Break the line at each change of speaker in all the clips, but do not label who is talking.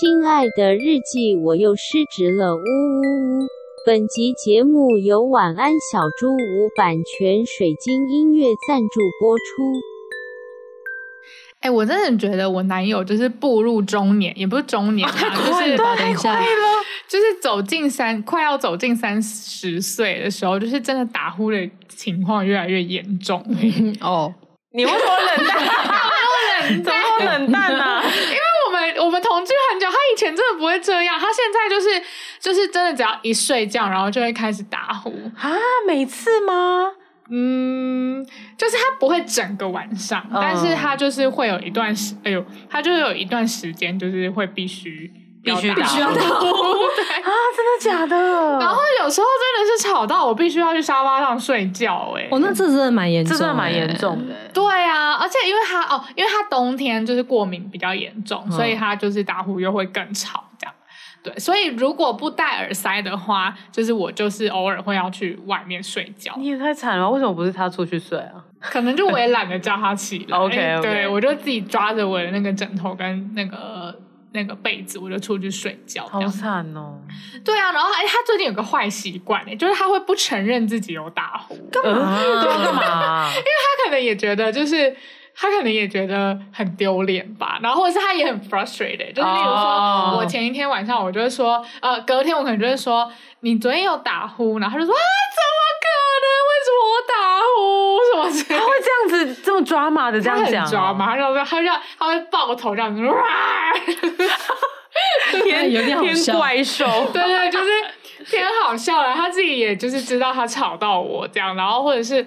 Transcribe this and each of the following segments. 亲爱的日记，我又失职了，呜呜呜！本集节目由晚安小猪屋版权水晶音乐赞助播出。
哎、我真的觉得我男友就是步入中年，也不是中年、啊，就是
对，等一下，
就是走进三，快要走进三十岁的时候，就是真的打呼的情况越来越严重、欸
哦，你为什么冷 淡？
冷
怎么会冷淡啊呢、
我们我们同居很久，他以前真的不会这样，他现在就是就是真的只要一睡觉，然后就会开始打呼。
啊，每次吗？啊
嗯，就是他不会整个晚上，
嗯
但是他就是会有一段时，哎呦，他就是有一段时间就是会必须
必须
要打呼。
打
对
啊，真的假的？
然后有时候真的是吵到我必须要去沙发上睡觉、哎，
哦，那这真的蛮严
这
重，
真的蛮严。欸重的。
对啊，而且因为他哦，因为他冬天就是过敏比较严重，
嗯
所以他就是打呼又会更吵这样。对，所以如果不戴耳塞的话，就是我就是偶尔会要去外面睡觉，
你也太惨了吧，为什么不是他出去睡啊？
可能就我也懒得叫他起 来。
OK，OK
对我就自己抓着我的那个枕头跟那个那个被子，我就出去睡觉。这
好
样
惨哦！
对啊，然后哎，他最近有个坏习惯、哎，就是他会不承认自己有打呼，
干嘛？
对
干嘛？
他可能也觉得就是。他可能也觉得很丢脸吧，然后或者是他也很 frustrated，就是例如说
哦
我前一天晚上我就会说，呃，隔天我可能就会说你昨天有打呼，然后他就说啊，怎么可能？为什么我打呼？什么之类
他
的
会这样子这么抓马的这
他
样
很
讲、哦，
抓嘛，他就说他就他会抱我头这样子，哇，
偏
有点好
偏
笑
怪兽。
对对，就是偏好笑了。他自己也就是知道他吵到我这样，然后或者是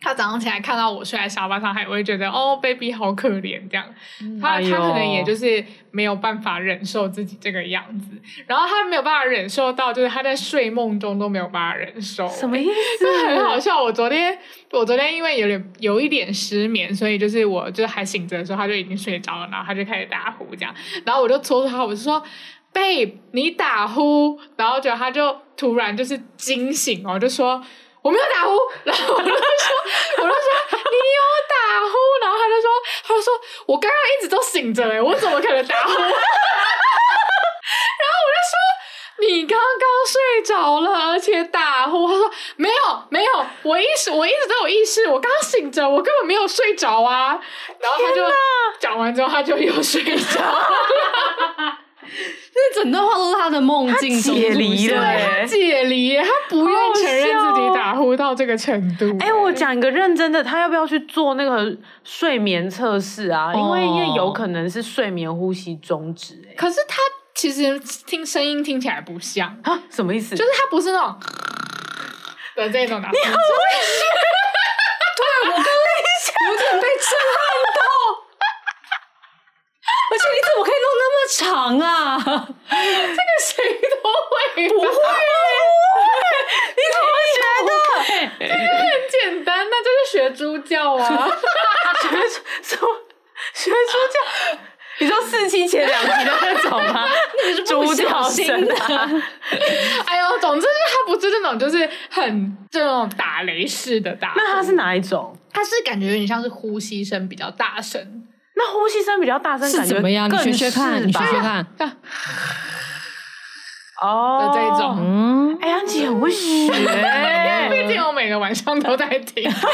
他早上起来看到我睡在沙发上，他也会觉得哦，baby 好可怜这样。他、
哎呦
他可能也就是没有办法忍受自己这个样子，然后他没有办法忍受到，就是他在睡梦中都没有办法忍受。
什么意
这很好
思？
笑。我昨天，我昨天因为有点有一点失眠，所以就是我就还醒着的时候，他就已经睡着了，然后他就开始打呼这样，然后我就戳戳他，我就说：“Babe，你打呼。”然后结果他就突然就是惊醒哦，我就说。我没有打呼，然后我就说，我就说你有打呼，然后他就说，他就说我刚刚一直都醒着哎、我怎么可能打呼？你刚刚睡着了，而且打呼。他说没有没有，我意识我一直都有意识，我刚刚醒着，我根本没有睡着啊。然后他就讲完之后，他就又睡着 了，
那整段话都是他的梦境中
解离了
出现
欸
解离耶，他不愿承认自己打呼到这个程度。
哎、我讲一个认真的，他要不要去做那个睡眠测试
哦
啊？因为因为有可能是睡眠呼吸终止、哎
可是他其实听声音听起来不像，
啊，什么意思？
就是他不是那种的这种打呼。
有点被震撼到。而且你怎么可以弄那么长 啊？
谁都会，不会，不
啊
会，你怎么学的？这个很简单，那就是学猪叫啊！
他学出什么学出叫？你说四期前两集的那种 吗？
不
主角
小心
声
的
啊，
哎呦，总之就是他不是那种就是很这种打雷式的打呼，
那他是哪一种？
他是感觉有点像是呼吸声比较大声，
那呼吸声比较大声，
是
感觉
怎么样？你
更
学学看，
是
你学
吧
学看。
哦
的这一种
嗯，
哎，安吉很会学，欸 你
毕
很
竟我每个晚上都在听，
厉
然后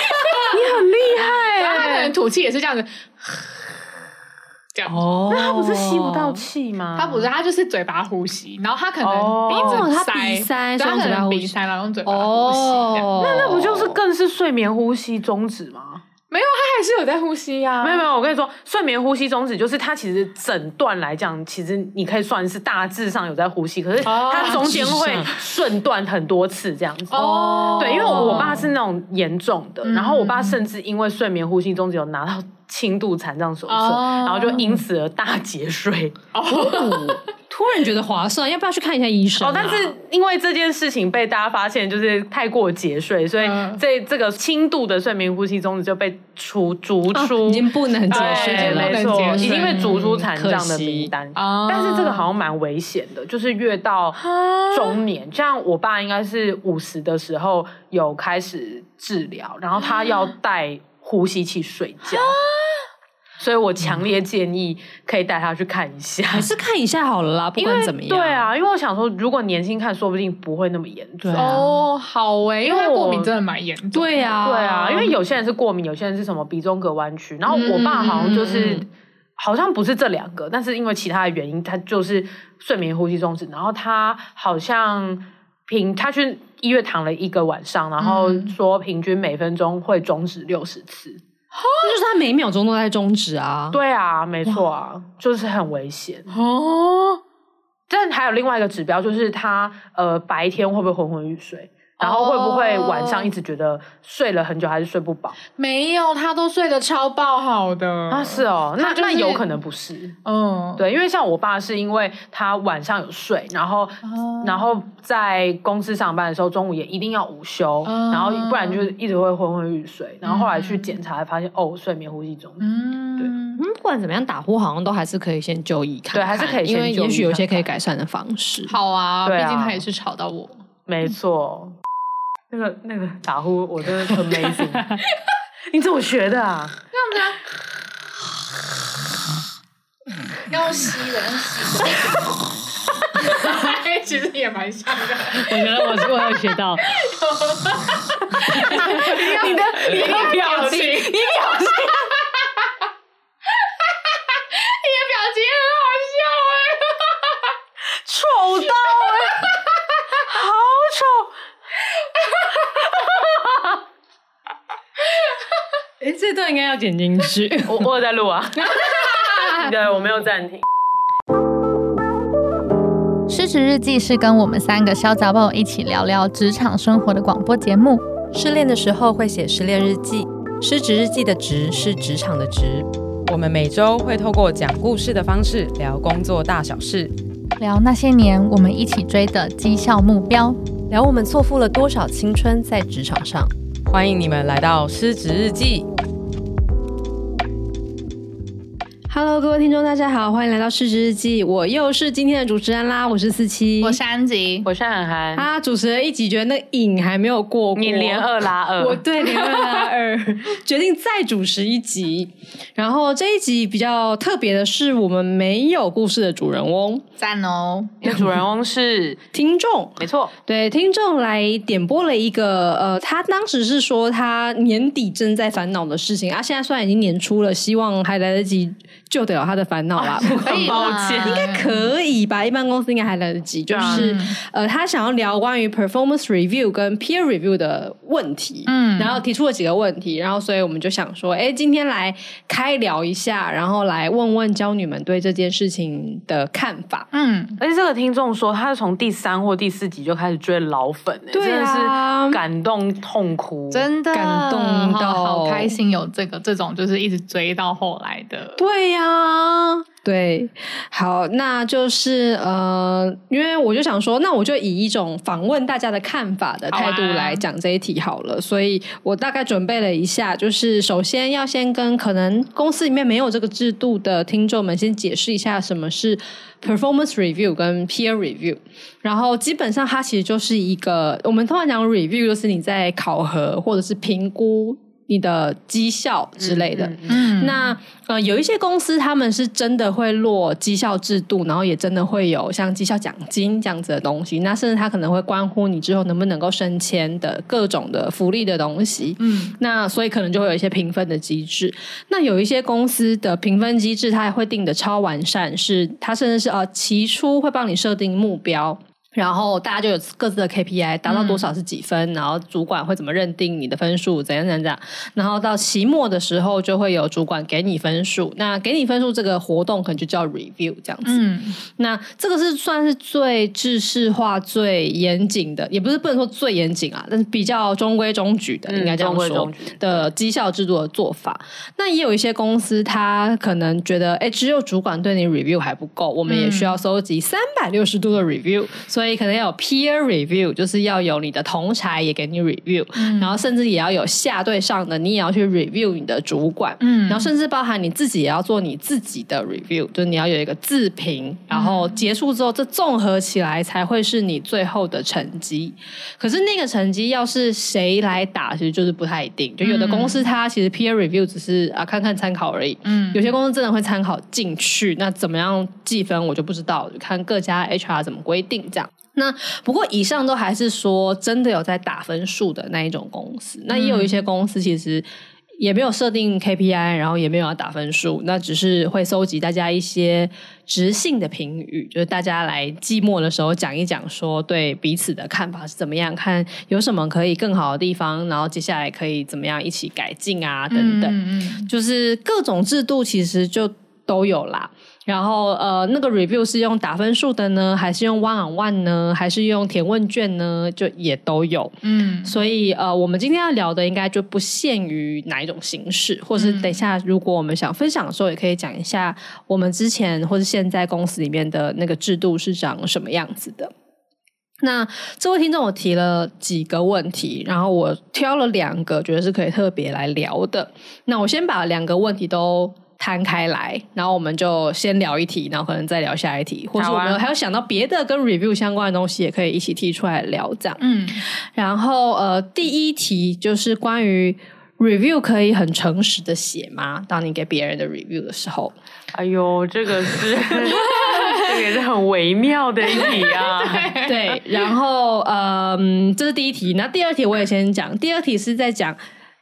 他可
害欸
能
耶。
吐气也是这样子， 这样子。
哦，
那他不是吸不到气吗？
他不是，他就是嘴巴呼吸，然后他可能
哦
鼻子
他鼻塞
对他
所以
可
嘴巴
能
呼
鼻
吸
塞，然后用嘴巴呼吸这样。
哦，
那那不就是更是睡眠呼吸终止吗？
没有，他还是有在呼吸呀、
没有没有，我跟你说，睡眠呼吸终止就是它其实诊断来讲，其实你可以算是大致上有在呼吸，可是
哦
它中间会
大致上
瞬断很多次这样子。
哦，
对，因为我爸是那种严重的，然后我爸
嗯
甚至因为睡眠呼吸终止有拿到轻度残障手册，
哦
然后就因此而大节税。
突然觉得划算，要不要去看一下医生、啊？
哦，但是因为这件事情被大家发现，就是太过节税，所以
嗯
这、这个轻度的睡眠呼吸终止就被除逐
啊
出，
已经不能解
对
释
已经
了
不。
没
能
错，
节
已
税
经被逐出
嗯
残
可
障的
惜
名单。
哦
但是这个好像蛮危险的，就是越到中年，像我爸应该是五十的时候有开始治疗，然后他要带呼吸器睡觉，所以我强烈建议可以带他去看一下。
还是看一下好了啦，不
因为
管怎么样。
对，啊，因为我想说，如果年轻看，说不定不会那么严重。
对啊
哦，好诶、因为他过敏真的蛮严重的。
对啊，
对啊，因为有些人是过敏，有些人是什么鼻中隔弯曲，然后我爸好像就是、
嗯嗯嗯
好像不是这两个，但是因为其他的原因，他就是睡眠呼吸终止，然后他好像平他去医院躺了一个晚上，然后
嗯
说平均每分钟会终止六十次。
那就是他每秒钟都在终止啊。
对啊，没错啊，就是很危险。
哦，
但还有另外一个指标就是他呃白天会不会昏昏欲睡。然后会不会晚上一直觉得睡了很久还是睡不饱、
没有，他都睡得超爆好的
啊？是哦，那、
他就是
那有可能不是。
嗯，
对，因为像我爸是因为他晚上有睡，然后、
哦
然后在公司上班的时候，中午也一定要午休，
哦
然后不然就是一直会昏昏欲睡。然后后来去检查，才发现、哦，睡眠呼吸中止。
嗯，
嗯，不管怎么样，打呼好像都还是可以先就医看看
对还是可以先
因为
就医
也许有一些
看看
可以改善的方式。
好啊，毕
对啊
竟他也是吵到我。
没错，那个那个打呼，我真的 amazing。你怎么学的啊？
要吸的，要吸 的。其实也蛮像的，
我觉得我我有学到，
你的你的
你表
表情，
情，你的表情很
丑到哎、好丑！
哎、这段应该要剪进 去。
我我有在录啊，对我没有暂停。
失职日记是跟我们三个小杂宝一起聊聊职场生活的广播节目。
失恋的时候会写失恋日记，失职日记的职是职场的职。
我们每周会透过讲故事的方式聊工作大小事，
聊那些年我们一起追的绩效目标。
聊我们错付了多少青春在职场上。
欢迎你们来到《失职日记》。
Hello，各位听众，大家好，欢迎来到《市值日记》，我又是今天的主持人啦，我是四七，
我是安吉，
我是涵涵，
啊，主持人一集觉得那瘾还没有过过，
你连二拉二，
我对连二拉二，决定再主持一集。然后这一集比较特别的是，我们没有故事的主人翁，
赞哦！
你的主人 翁是
听众
没错，
对听众来点播了一个，呃，他当时是说他年底正在烦恼的事情，啊，现在虽然已经年初了，希望还来得及救得了他的烦恼啦。
可以
抱
吧
歉
应该可以吧？一般公司应该还来得及。就是、呃，他想要聊关于 performance review 跟 peer review 的问题，嗯，然后提出了几个问题，然后所以我们就想说，哎，今天来开聊一下，然后来问问娇女们对这件事情的看法。
嗯，
而且这个听众说，他是从第三或第四集就开始追老粉、欸，
对啊
真的是感动痛哭，
真的
感动到
好好开心。
心有这个这种， 就是一直追到后来的，
对呀、对，好，那就是呃，因为我就想说，那我就以一种访问大家的看法的态度
好啊
来讲这一题好了，所以我大概准备了一下，就是首先要先跟可能公司里面没有这个制度的听众们先解释一下什么是 performance review 跟 peer review，然后基本上它其实就是一个，我们通常讲 review 就是你在考核或者是评估你的绩效之类的，
嗯嗯
嗯
那呃，有一些公司他们是真的会落绩效制度，然后也真的会有像绩效奖金这样子的东西。那甚至它可能会关乎你之后能不能够升迁的各种的福利的东西。
嗯
那所以可能就会有一些评分的机制。那有一些公司的评分机制，它也会定的超完善，是它甚至是呃起初会帮你设定目标。然后大家就有各自的 KPI，达到多少是几
嗯
分，然后主管会怎么认定你的分数，怎样怎样怎样。然后到期末的时候，就会有主管给你分数。那给你分数这个活动可能就叫 review 这样子。
嗯，
那这个是算是最制式化、最严谨的，也不是不能说最严谨啊，但是比较中规中矩的，
嗯
应该这样说
中规中矩
的绩效制度的做法。那也有一些公司，他可能觉得，哎，只有主管对你 review 还不够，我们
嗯
也需要收集三百六十度的 review，、所以可能要有 peer review，就是要有你的同才也给你 review，、然
嗯
后甚至也要有下对上的，你也要去 review 你的主管，
嗯
然后甚至包含你自己也要做你自己的 review，就是你要有一个自评，然后结束之后，这综合起来才会是你最后的成绩。可是那个成绩要是谁来打，其实就是不太一定。就有的公司它其实 peer review 只是啊看看参考而已，
嗯
有些公司真的会参考进去，那怎么样计分我就不知道，就看各家 HR 怎么规定这样。那不过以上都还是说真的有在打分数的那一种公司，那也有一些公司其实。也没有设定 KPI，然后也没有要打分数，那只是会收集大家一些直性的评语，就是大家来季末的时候讲一讲，说对彼此的看法是怎么样，看有什么可以更好的地方，然后接下来可以怎么样一起改进啊，等等。
嗯
就是各种制度其实就都有啦。然后呃，那个 review 是用打分数的呢，还是用 one on one 呢，还是用填问卷呢？就也都有。
嗯
所以呃，我们今天要聊的应该就不限于哪一种形式，或是
嗯
等一下如果我们想分享的时候，也可以讲一下我们之前或是现在公司里面的那个制度是长什么样子的。那这位听众我提了几个问题，然后我挑了两个，觉得是可以特别来聊的。那我先把两个问题都摊开来，然后我们就先聊一题，然后可能再聊下一题，或者
好
我
啊
们还有想到别的跟 review 相关的东西，也可以一起提出来聊这样。
嗯
然后呃，第一题就是关于 review 可以很诚实的写吗？当你给别人的 review 的时候，
哎呦，这个是 这个也是很微妙的一题 啊。
对。然后呃，嗯这是第一题。那第二题我也先讲，第二题是在讲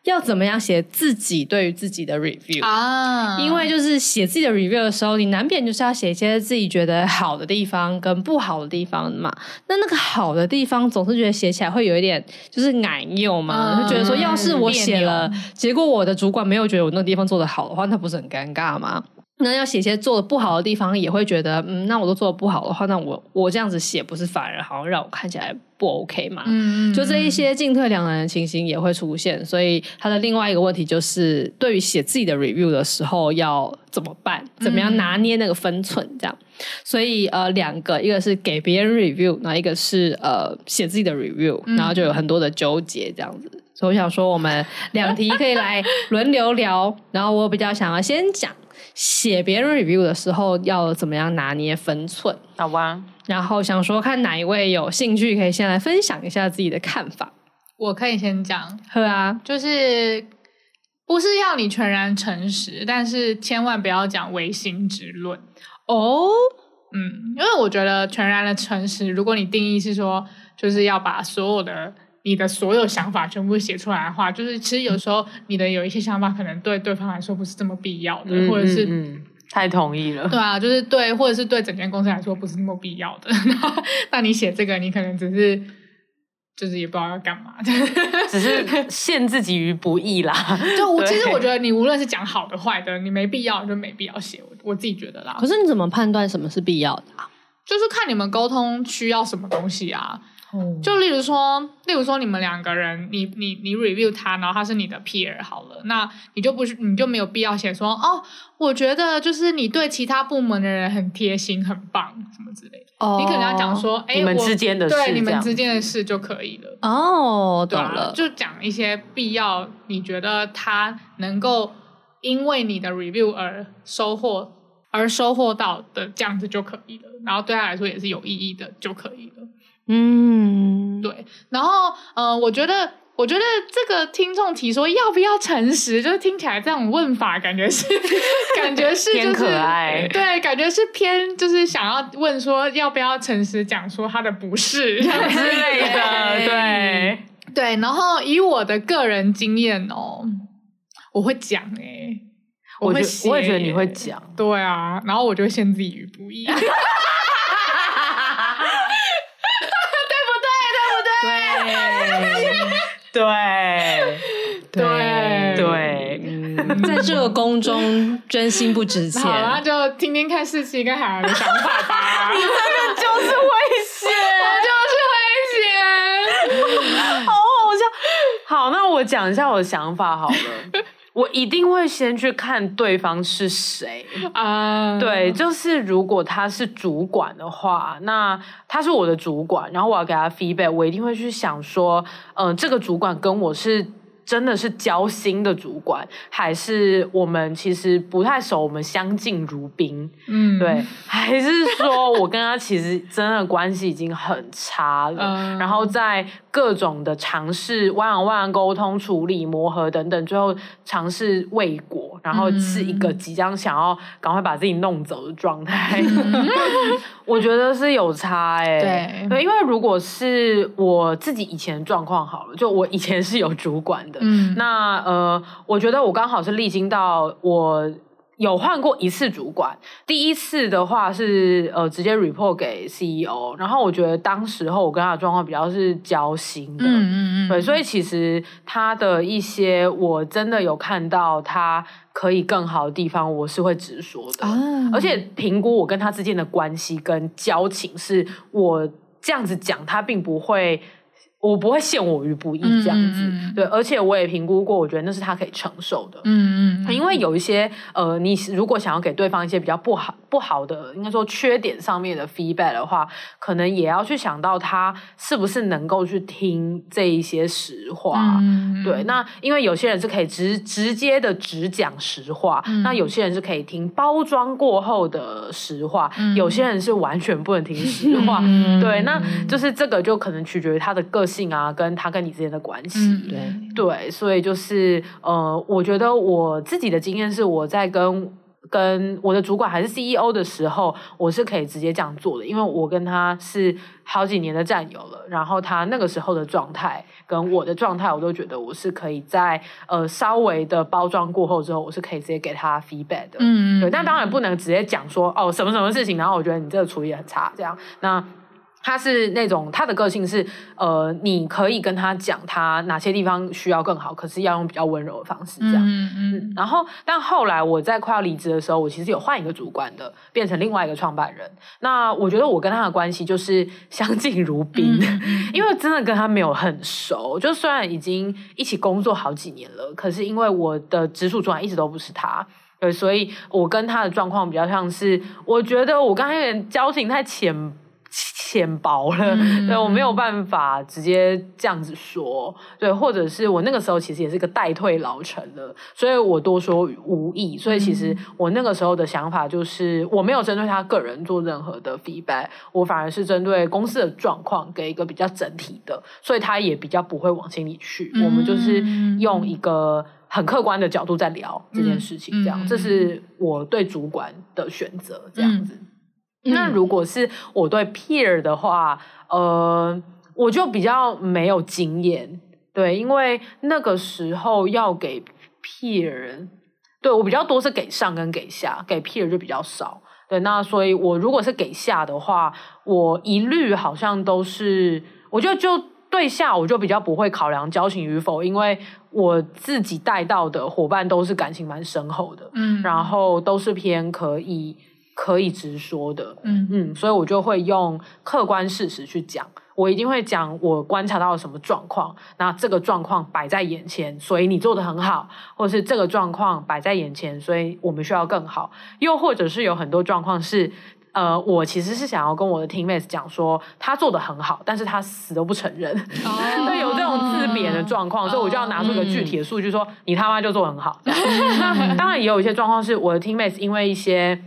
要怎么样写自己对于自己的 review。
啊
因为就是写自己的 review 的时候，你难免就是要写一些自己觉得好的地方跟不好的地方嘛。那那个好的地方，总是觉得写起来会有一点就是奶油嘛，
嗯
就觉得说，要是我
别
写
扭
了，结果我的主管没有觉得我那个地方做得好的话，那不是很尴尬吗？那要写一些做的不好的地方，也会觉得，嗯，那我都做的不好的话，那我我这样子写，不是反而好像让我看起来不 OK 嘛？
嗯
就这一些进退两难的情形也会出现，所以他的另外一个问题就是，对于写自己的 review 的时候要怎么办？怎么样拿捏那个分寸？这样，所以呃，两个，一个是给别人 review，然后一个是呃写自己的 review，然
嗯
后就有很多的纠结这样子。所以我想说，我们两题可以来轮流聊，然后我比较想要先讲写别人 review 的时候要怎么样拿捏分寸。
好吧，
然后想说，看哪一位有兴趣，可以先来分享一下自己的看法。
我可以先讲，
呵啊，
就是不是要你全然诚实，但是千万不要讲唯心之论哦。嗯，因为我觉得全然的诚实，如果你定义是说就是要把所有的你的所有想法全部写出来的话，就是其实有时候你的有一些想法可能对对方来说不是这么必要的，
嗯
或者是
嗯嗯太同意了。
对啊，就是对，或者是对整间公司来说不是那么必要的。 然后，那你写这个，你可能只是就是也不知道要干嘛。
只是陷自己于不义啦。
就我其实
对
我觉得你无论是讲好的坏的，你没必要就没必要写，我我自己觉得啦。
可是你怎么判断什么是必要的、啊？
就是看你们沟通需要什么东西啊。
哦
就例如说，例如说你们两个人，你你你 review 他，然后他是你的 peer 好了，那你就不是你就没有必要写说哦，我觉得就是你对其他部门的人很贴心、很棒什么之类的。
哦
你可能要讲说，哎、
你们
我
之间的事
对你
这
们
样
之间的事就可以了。
哦，
对
懂
啊
了，
就讲一些必要，你觉得他能够因为你的 review 而收获而收获到的这样子就可以了，然后对他来说也是有意义的就可以了。
嗯，
对，然后呃，我觉得。我觉得这个听众提说要不要诚实，就是听起来这种问法，感觉是感觉是就是
偏可爱
对，感觉是偏就是想要问说要不要诚实讲说他的不是
之类的，对，
对，然后以我的个人经验哦，我会讲哎、
我
会
觉
写
我也觉得
欸
你会讲，
对啊，然后我就会陷自己于不义。嗯
在这个宫中真心不值钱。
好啦，那就听听看世奇跟海儿的想法吧。
真的就是危 险，
我就是危险。
好好笑。好，那我讲一下我的想 法好了。我一定会先去看对方是谁。
啊、
对，就是如果他是主管的话，那他是我的主管，然后我要给他 feedback，我一定会去想说，嗯、这个主管跟我是真的是交心的主管，还是我们其实不太熟，我们相敬如宾，
嗯，
对，还是说我跟他其实真的关系已经很差了，
嗯，
然后在各种的尝试万万万沟通、处理、磨合等等，最后尝试未果，然后是一个即将想要赶快把自己弄走的状态。
嗯
嗯
我觉得是有差哎、
对
因为如果是我自己以前的状况好了，就我以前是有主管的，
嗯，
那呃，我觉得我刚好是历经到我有换过一次主管，第一次的话是呃直接 report 给 CEO，然后我觉得当时候我跟他的状况比较是交心的，
嗯嗯嗯，
对，所以其实他的一些我真的有看到他可以更好的地方，我是会直说的，
啊
而且评估我跟他之间的关系跟交情，是我这样子讲，他并不会。我不会陷我于不义这样子，
嗯嗯嗯
对，而且我也评估过，我觉得那是他可以承受的，
嗯嗯嗯，
因为有一些呃，你如果想要给对方一些比较不好不好的，应该说缺点上面的 feedback 的话，可能也要去想到他是不是能够去听这一些实话。
嗯
对，那因为有些人是可以直直接的只讲实话，
嗯
那有些人是可以听包装过后的实话，
嗯
有些人是完全不能听实话。
嗯
对，那就是这个就可能取决于他的个性啊，跟他跟你之间的关系。
嗯
对
对，所以就是呃，我觉得我自己的经验是，我在跟跟我的主管还是 CEO 的时候，我是可以直接这样做的，因为我跟他是好几年的战友了。然后他那个时候的状态跟我的状态，我都觉得我是可以在呃稍微的包装过后之后，我是可以直接给他 feedback 的。
嗯嗯，
对，但当然不能直接讲说哦什么什么事情，然后我觉得你这个处理得很差这样。那他是那种他的个性是呃，你可以跟他讲他哪些地方需要更好，可是要用比较温柔的方式这样。
嗯嗯
嗯，然后但后来我在快要离职的时候，我其实有换一个主管的，变成另外一个创办人。那我觉得我跟他的关系就是相敬如宾，
嗯
因为真的跟他没有很熟，就虽然已经一起工作好几年了，可是因为我的直属主管一直都不是他。对，所以我跟他的状况比较像是，我觉得我刚才有点交情太浅浅薄了，
嗯
对我没有办法直接这样子说，对，或者是我那个时候其实也是个待退老臣了，所以我多说无益，所以其实我那个时候的想法就是，我没有针对他个人做任何的 feedback，我反而是针对公司的状况给一个比较整体的，所以他也比较不会往心里去，我们就是用一个很客观的角度在聊这件事情，这样，
嗯嗯嗯
这是我对主管的选择，这样子。
嗯
那如果是我对 peer 的话，呃，我就比较没有经验，对，因为那个时候要给 peer，对我比较多是给上跟给下，给 peer 就比较少。对，那所以我如果是给下的话，我一律好像都是，我觉得就对下我就比较不会考量交情与否，因为我自己带到的伙伴都是感情蛮深厚的，
嗯，
然后都是偏可以可以直说的，
嗯
嗯，所以我就会用客观事实去讲，我一定会讲我观察到了什么状况，那这个状况摆在眼前，所以你做的很好，或是这个状况摆在眼前，所以我们需要更好，又或者是有很多状况是。呃，我其实是想要跟我的 teammates 讲说，他做的很好，但是他死都不承认，
哦
对，有这种
哦
自贬的状况，所以我就要拿出一个具体的数据说，你他妈就做得很好。 那当然也有一些状况是我的 teammates 因为一些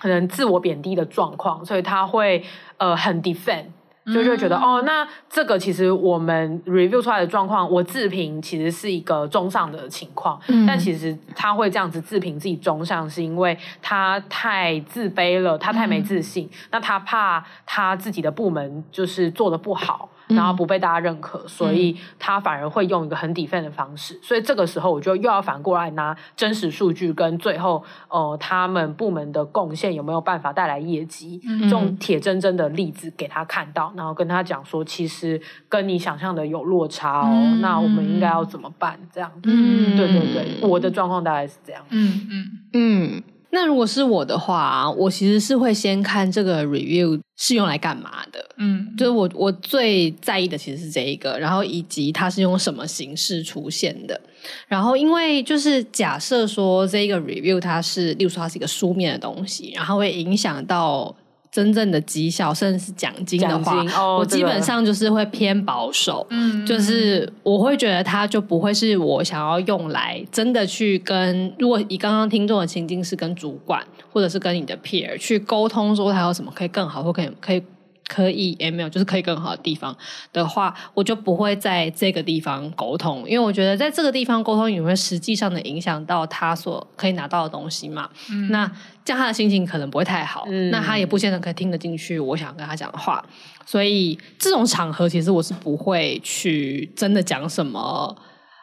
可能自我贬低的状况，所以他会呃很 defend。就就会觉得、哦，那这个其实我们 review 出来的状况，我自评其实是一个中上的情况，
嗯
嗯
但其实他会这样子自评自己中上，是因为他太自卑了，他太没自信，那他怕他自己的部门就是做的不好，然后不被大家认可，所以他反而会用一个很 defend 的方式。所以这个时候，我就又要反过来拿真实数据跟最后呃他们部门的贡献有没有办法带来业绩，这种铁铮铮的例子给他看到，然后跟他讲说，其实跟你想象的有落差哦，
嗯
那我们应该要怎么办？这样子，
嗯
对对对，我的状况大概是这样。
嗯嗯
嗯，那如果是我的话，我其实是会先看这个 review 是用来干嘛的。
嗯，
就是我我最在意的其实是这一个，然后以及它是用什么形式出现的。然后因为就是假设说这一个 review 它是，例如说它是一个书面的东西，然后会影响到。真正的绩效，甚至是奖金的话，
奖金哦
我
这
基
个
本上就是会偏保守。
嗯
就是我会觉得它就不会是我想要用来真的去跟，如果以刚刚听众的情境是跟主管或者是跟你的 peer 去沟通说还有什么可以更好或可以可以可以也没有就是可以更好的地方的话，我就不会在这个地方沟通，因为我觉得在这个地方沟通，你会实际上的影响到他所可以拿到的东西嘛。
嗯
那这样他的心情可能不会太好，
嗯
那他也不见得可以听得进去我想跟他讲的话。所以这种场合，其实我是不会去真的讲什么，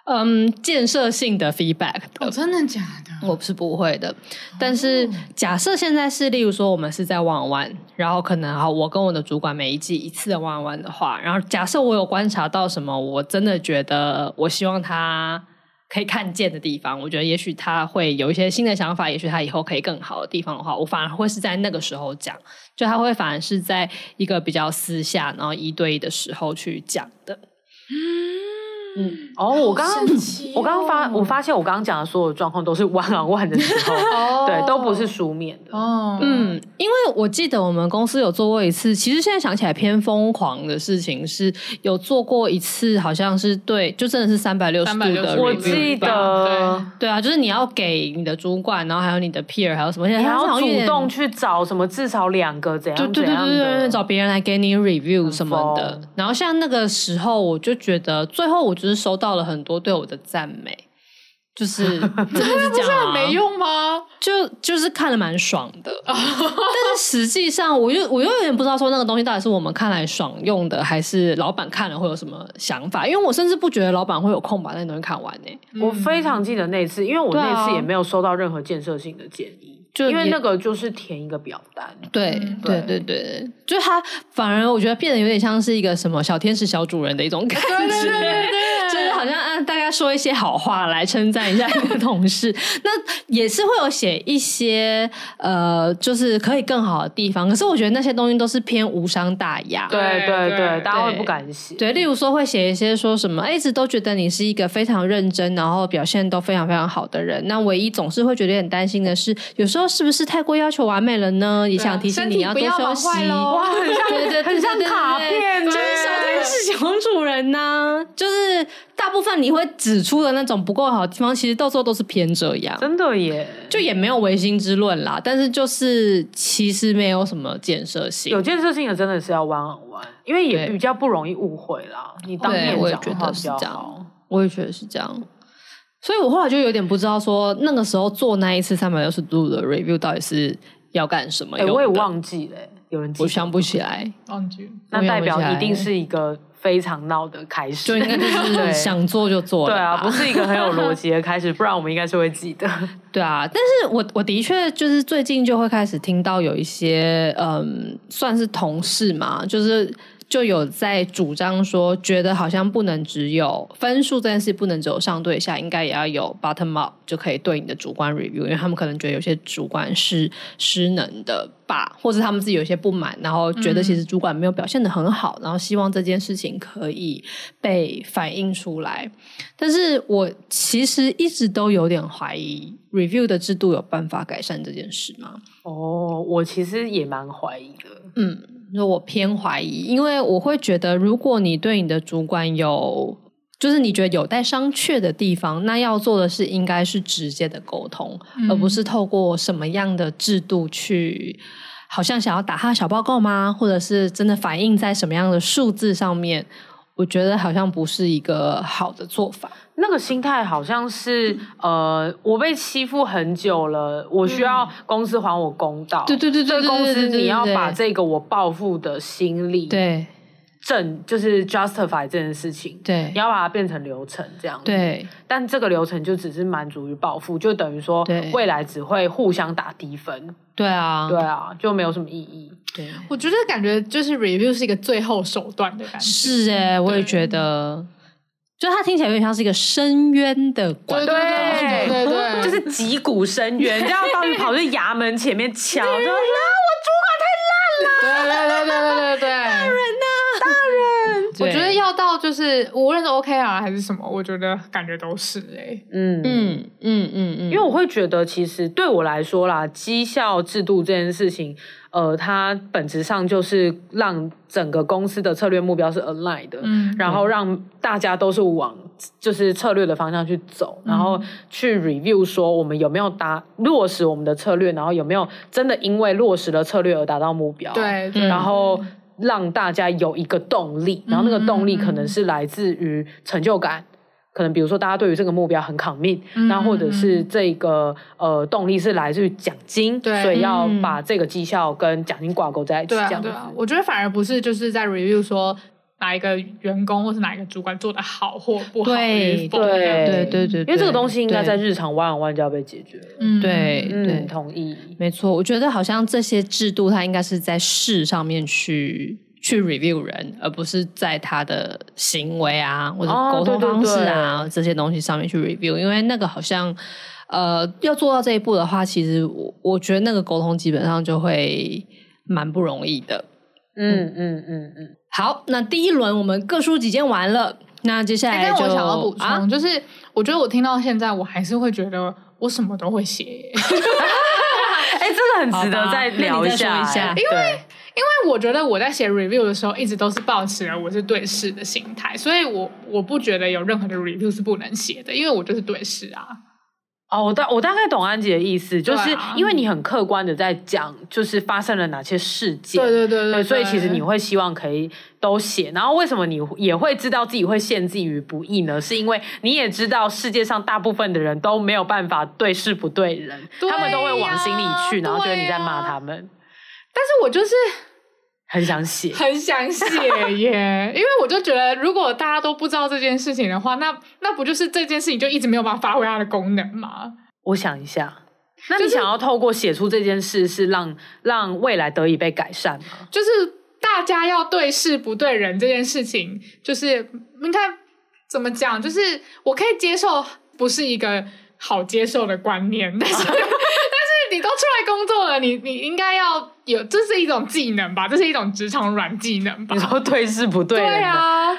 嗯，建设性的 feedback 的。
哦，真的假的？
我是不会的，但是假设现在是，例如说我们是在 one on one，然后可能啊，我跟我的主管每一季一次的 one on one 的话，然后假设我有观察到什么，我真的觉得我希望他可以看见的地方，我觉得也许他会有一些新的想法，也许他以后可以更好的地方的话，我反而会是在那个时候讲，就他会反而是在一个比较私下，然后一对一的时候去讲的。
嗯，哦，我刚刚
神奇哦
我刚刚发我发现我刚刚讲的所有状况都是 one on one 的时 候，
哦
对，都不是书面的。
哦，
嗯，因为我记得我们公司有做过一次，其实现在想起来偏疯狂的事情是有做过一次，好像是对，就真的是三百六十
三
度
百六
的
十，
review
我记
吧
得
对啊，就是你要给你的主管，然后还有你的 peer，还有什么，
你
然后
要主动。去找什么至少两个怎
对
样
哦
怎
对对
样
对对对，
的
找别人来给你 review 什么的
疯。
然后像那个时候，我就觉得最后我就是收到了很多对我的赞美，就是真的是这样、
这
啊，
样没用吗？
就就是看了蛮爽 的，但是实际上我又我又有点不知道说那个东西到底是我们看来爽用的，还是老板看了会有什么想法？因为我甚至不觉得老板会有空把那东西看完呢、欸
我非常记得那次，因为我
对啊
那次也没有收到任何建设性的建议，
就
因为
也
那个就是填一个表单。
对、嗯对对对对，就他反而我觉得变得有点像是一个什么小天使小主人的一种感觉， 就是好像啊，大家说一些好话来称赞一下你的同事， 那也是会有写一些呃，就是可以更好的地方。可是我觉得那些东西都是偏无伤大雅，
对对
对
对，大家会
对
不敢写。
对，例如说会写一些说什么，哎一直都觉得你是一个非常认真，然后表现都非常非常好的人。那唯一总是会觉得很担心的是，有时候是不是太过要求完美了呢？也
对啊
想提醒
身
你
体
要
不
多
要
休
忙
息。
坏咯哇
对对对，
很像
对对对
卡
对
片
就是
欸
小天使小主人呐、就是大部分你会指出的那种不够好的地方，其实到时候都是偏这样。
真的耶，
就也没有唯心之论啦，但是就是其实没有什么建设性，
有建设性的真的是要 one on one，因为也
对
比较不容易误会啦。你当
对
面
我也
讲
觉
话
得
比
是
较
这样
好。
我也觉得是这样。所以我后来就有点不知道说，那个时候做那一次三百六十度的 review 到底是要干什么
哎、
用的
我也，忘记了、有人记
我
得
想不起 来，
忘记了
那代表
我也忘
一
记
定是一个非常闹的开始，
欸就应该就
对
是想做就做了
对
吧。
啊，不是一个很有逻辑的开始，不然我们应该是会记得。
对啊，但是我我的确就是最近就会开始听到有一些嗯，算是同事嘛，就是就有在主张说，觉得好像不能只有分数这件事，不能只有上对下，应该也要有 bottom up，就可以对你的主观 review，因为他们可能觉得有些主观是失能的吧，或者他们自己有一些不满，然后觉得其实主管没有表现的很好，然后希望这件事情可以被反映出来。但是我其实一直都有点怀疑 review 的制度有办法改善这件事吗？
哦，我其实也蛮怀疑的。
嗯，那我偏怀疑，因为我会觉得，如果你对你的主管有，就是你觉得有待商榷的地方，那要做的是应该是直接的沟通，而不是透过什么样的制度去。好像想要打他小报告吗？或者是真的反映在什么样的数字上面？我觉得好像不是一个好的做法。
那个心态好像是，呃，我被欺负很久了，我需要公司还我公道。
对对对
所
对
以公
对对
司
对对
你要
对
把这个我报复的心理，
对，
正就是 justify 这件事情，
对
你要把它变成流程这样。，
对
但这个流程就只是满足于报复，就等于说
对
未来只会互相打低分。
对啊，
嗯
对啊，就没有什么意义。
对
我觉得感觉就是 review 是一个最后手段的感觉，
是哎、我也觉得，就它听起来有点像是一个深渊的管
对对对对对，
就是击鼓深渊，这样到底跑去衙门前面敲，说
对对对对对对对，大人呐，大人，我觉得要到就是无论是 OKR 还是什么，我觉得感觉都是哎、
嗯
嗯嗯嗯嗯，
因为我会觉得，其实对我来说啦，绩效制度这件事情，呃，它本质上就是让整个公司的策略目标是 align 的，
嗯
然后让大家都是往就是策略的方向去走，然后
嗯
去 review 说我们有没有达落实我们的策略，然后有没有真的因为落实了策略而达到目标，，
对
嗯
嗯对，
然后。嗯让大家有一个动力，然后那个动力
嗯
可能是来自于成就感，可能比如说大家对于这个目标很 commit，
嗯
那或者是这个呃动力是来自于奖金，
对
所以要
嗯
把这个绩效跟奖金挂钩在一起，
对
这
啊
样子
对。啊，我觉得反而不是就是在 review 说哪一个员工或是哪一个主管做的好或不好，
对
与否这样子
对对对，
因为这个东西应该在
对
日常 one on one 就要被解决了。
嗯
对
嗯，
对，
同意。
没错，我觉得好像这些制度它应该是在事上面去。去 review 人，而不是在他的行为啊，或者
哦
沟
对
通
对
方式
对
啊、这些东西上面去 review，因为那个好像，呃，要做到这一步的话，其实我我觉得那个沟通基本上就会蛮不容易的。
嗯嗯嗯嗯，
好，那第一轮我们各抒己见完了，那接下
哎
来
但
就
我想要补充，
啊，
就是我觉得我听到现在，我还是会觉得我什么都会写耶，
哎，这个很值
好
得
吧
再聊
那你再说一下
下，哎因为
因为我觉得我在写 review 的时候，一直都是抱持了我是对事的心态，所以我我不觉得有任何的 review 是不能写的，因为我就是对事啊。
哦，我大我大概懂安姐的意思，就
对啊
是因为你很客观的在讲，就是发生了哪些事件，
对对
对，所以其实你会希望可以都写。然后为什么你也会知道自己会陷自己于不义呢？是因为你也知道世界上大部分的人都没有办法对事不对人，
对呀
他们都会往心里去，然后觉得
对呀
你在骂他们，
但是我就是
很想写。
很想写耶，因 为我就觉得，如果大家都不知道这件事情的话，那那不就是这件事情就一直没有办法发挥它的功能吗？
我想一下，那你想要透过写出这件事，是让让未来得以被改善 吗？
就是大家要对事不对人这件事情，就是应该怎么讲？就是我可以接受，不是一个好接受的观念， 但是但是你都出来工作了，你你应该要有，这是一种技能吧，这是一种职场软技能吧
你？说对事不对
对
人吗？
啊，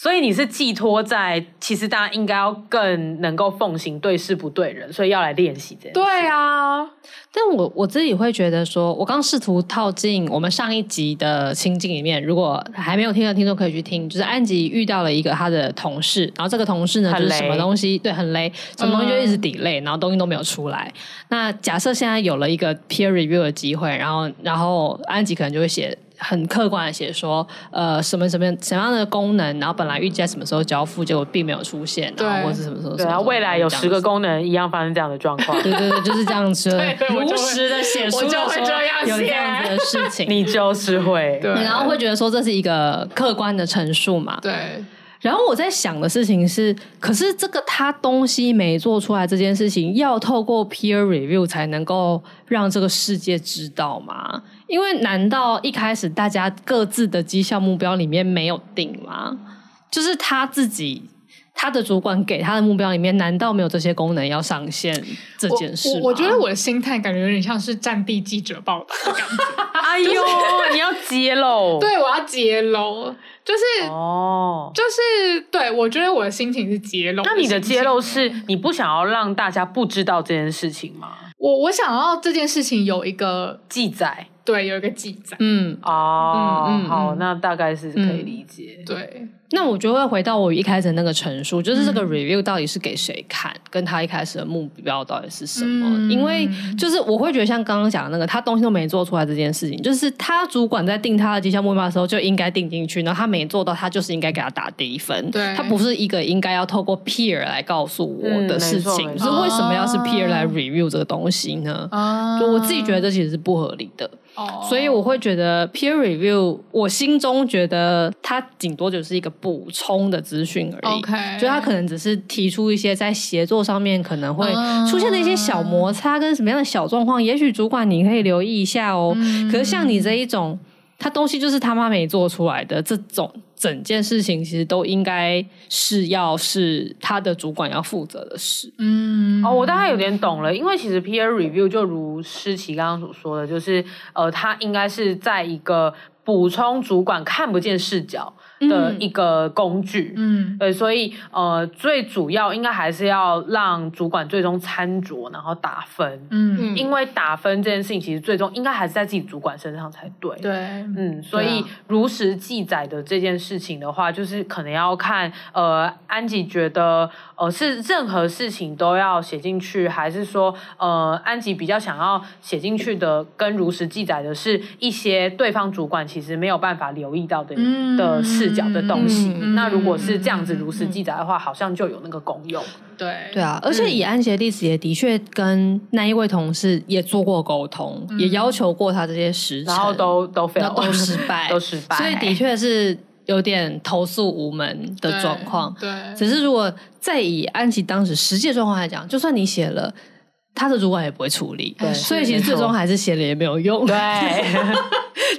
所以你是寄托在，其实大家应该要更能够奉行对事不对人，所以要来练习这件事。
对啊，
但我我自己会觉得说，我刚试图套进我们上一集的情境里面，如果还没有听的听众可以去听，就是安吉遇到了一个他的同事，然后这个同事呢
很
就
雷嗯
是什么东西对很雷，什么东西就一直 delay，、然后东西都没有出来。那假设现在有了一个 peer review 的机会，然后然后安吉可能就会写。很客观的写说，呃，什么什么什么样的功能，然后本来预计在什么时候交付，结果并没有出现，然
对
后或是什么时候，
对
什么
啊，
时候
未来有
这样
十个
子
功能一样发生这样的状况，
对对对，就是这样子
对，对我就会
如实的写出
我就
来
会
说
这样
有这
写
样子的 事情。
你就是会。
对，啊
然后会觉得说这是一个客观的陈述嘛？
对。
然后我在想的事情是，可是这个他东西没做出来这件事情，要透过 peer review 才能够让这个世界知道吗？因为难道一开始大家各自的绩效目标里面没有定吗？就是他自己。他的主管给他的目标里面，难道没有这些功能要上线这件事
啊
我
吗
我我觉得我的心态感觉有点像是战地记者报道，
哎呦，你要揭露。
对啊我要揭露，就是、
哦，
就是对我觉得我的心情是揭露。
那你的
心情
揭露是你不想要让大家不知道这件事情吗？
我我想要这件事情有一个
记载
对有一个记载，
嗯，
哦，
嗯嗯嗯
好，那大概是可以理解。
对
那我就会回到我一开始那个陈述，就是这个
嗯
review 到底是给谁看，跟他一开始的目标到底是什么？
嗯
因为就是我会觉得像刚刚讲的那个，他东西都没做出来这件事情，就是他主管在定他的绩效目标的时候就应该定进去，然后他没做到，他就是应该给他打低分。
对
他不是一个应该要透过 peer 来告诉我
嗯
的
没
事
错
情，
没
就
错
是为什么要是 peer 来
哦
review 这个东西呢？
啊
就我自己觉得这其实是不合理的。
哦
所以我会觉得 peer review，我心中觉得它顶多就是一个补充的资讯而已。
OK，
就它可能只是提出一些在协作上面可能会出现的一些小摩擦跟什么样的小状况，也许主管你可以留意一下哦。
嗯
嗯
可是像你这一种，它东西就是他妈没做出来的这种，整件事情其实都应该是要是他的主管要负责的事。
嗯
哦，我大概有点懂了，因为其实 peer review 就如诗琪刚刚所说的，就是呃，它应该是在一个补充主管看不见视角的一个工具。
嗯
对，所以呃，最主要应该还是要让主管最终参酌，然后打分。
嗯
嗯
因为打分这件事情，其实最终应该还是在自己主管身上才对。
对
嗯，所
对
以
啊
如实记载的这件事情的话，就是可能要看呃，安吉觉得呃是任何事情都要写进去，还是说呃，安吉比较想要写进去的跟如实记载的是一些对方主管其实没有办法留意到的、
嗯
的视角的东西。
嗯
那如果是这样子如实记载的话，好像就有那个功用。
对
对啊，而
嗯
且以安琪的例子，也的确跟那一位同事也做过沟通，也要求过他这些时
嗯
程，
然后都都 fail，
那都失败
都失败，
所以的确是有点投诉无门的状况。
对，
只是如果再以安琪当时实际的状况来讲，就算你写了，他的主管也不会处理，
对
所以其实
没错
最终还是写了也没有用，
对